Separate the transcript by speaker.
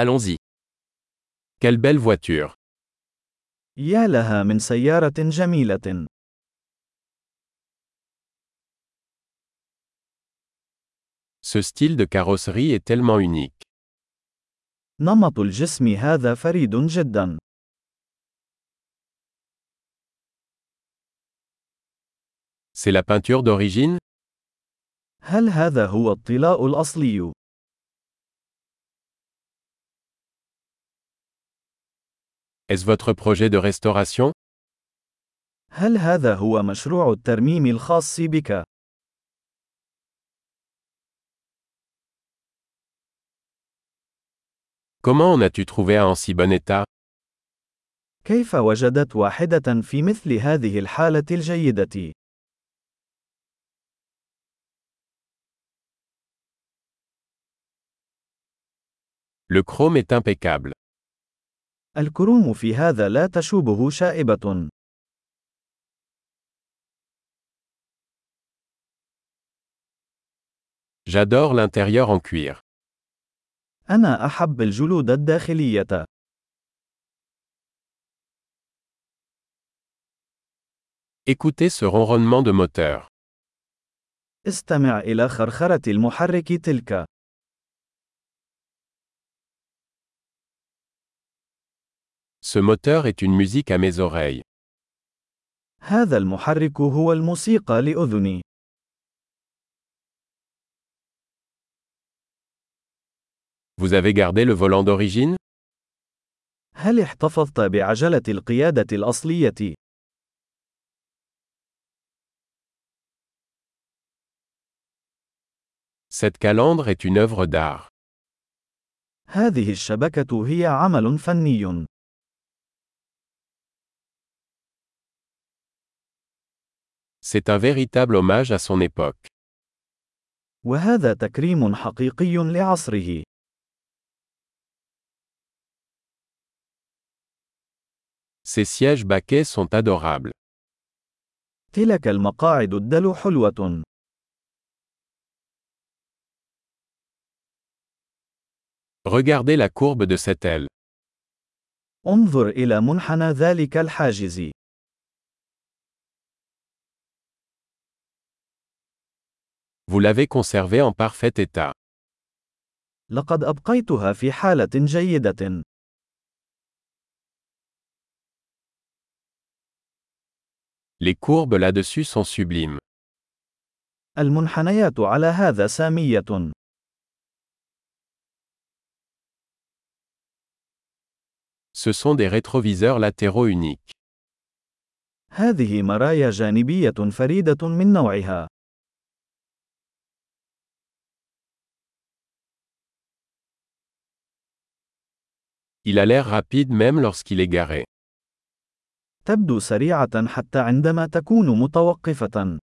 Speaker 1: Allons-y. Quelle belle voiture.
Speaker 2: يا لها من سيارة جميلة.
Speaker 1: Ce style de carrosserie est tellement unique.
Speaker 2: نمط الجسم هذا فريد جدا.
Speaker 1: C'est la peinture d'origine
Speaker 2: هل هذا هو الطلاء الأصلي؟
Speaker 1: Est-ce votre projet de restauration
Speaker 2: هل هذا هو مشروع الترميم الخاص بك؟
Speaker 1: Comment en as-tu trouvé un en si bon état
Speaker 2: كيف وجدت واحدة في مثل هذه الحالة الجيدة؟
Speaker 1: Le chrome est impeccable.
Speaker 2: الكروم في هذا لا تشوبه شائبة.
Speaker 1: J'adore l'intérieur en cuir.
Speaker 2: أنا أحب الجلود الداخلية.
Speaker 1: Écoutez ce ronronnement de moteur.
Speaker 2: استمع إلى خرخرة المحرك تلك.
Speaker 1: Ce moteur est une musique à mes oreilles.
Speaker 2: هذا المحرك هو الموسيقى لأذني.
Speaker 1: Vous avez gardé le volant d'origine
Speaker 2: هل احتفظت بعجلة القيادة الأصلية؟
Speaker 1: Cette calandre est une œuvre d'art.
Speaker 2: هذه الشبكة هي عمل فني.
Speaker 1: C'est un véritable hommage à son époque.
Speaker 2: وهذا تكريم حقيقي لعصره.
Speaker 1: Ces sièges baquets sont adorables.
Speaker 2: تلك المقاعد الدلو حلوة.
Speaker 1: Regardez la courbe de cette aile.
Speaker 2: انظر إلى منحنى ذلك الحاجز.
Speaker 1: Vous l'avez conservé en parfait état.
Speaker 2: لقد أبقيتها في حالة جيدة.
Speaker 1: Les courbes là-dessus sont sublimes.
Speaker 2: المنحنيات على هذا سامية.
Speaker 1: Ce sont des rétroviseurs latéraux uniques.
Speaker 2: هذه مرايا جانبية فريدة من نوعها.
Speaker 1: Il a l'air rapide même lorsqu'il est garé.
Speaker 2: تبدو سريعة حتى عندما تكون متوقفة.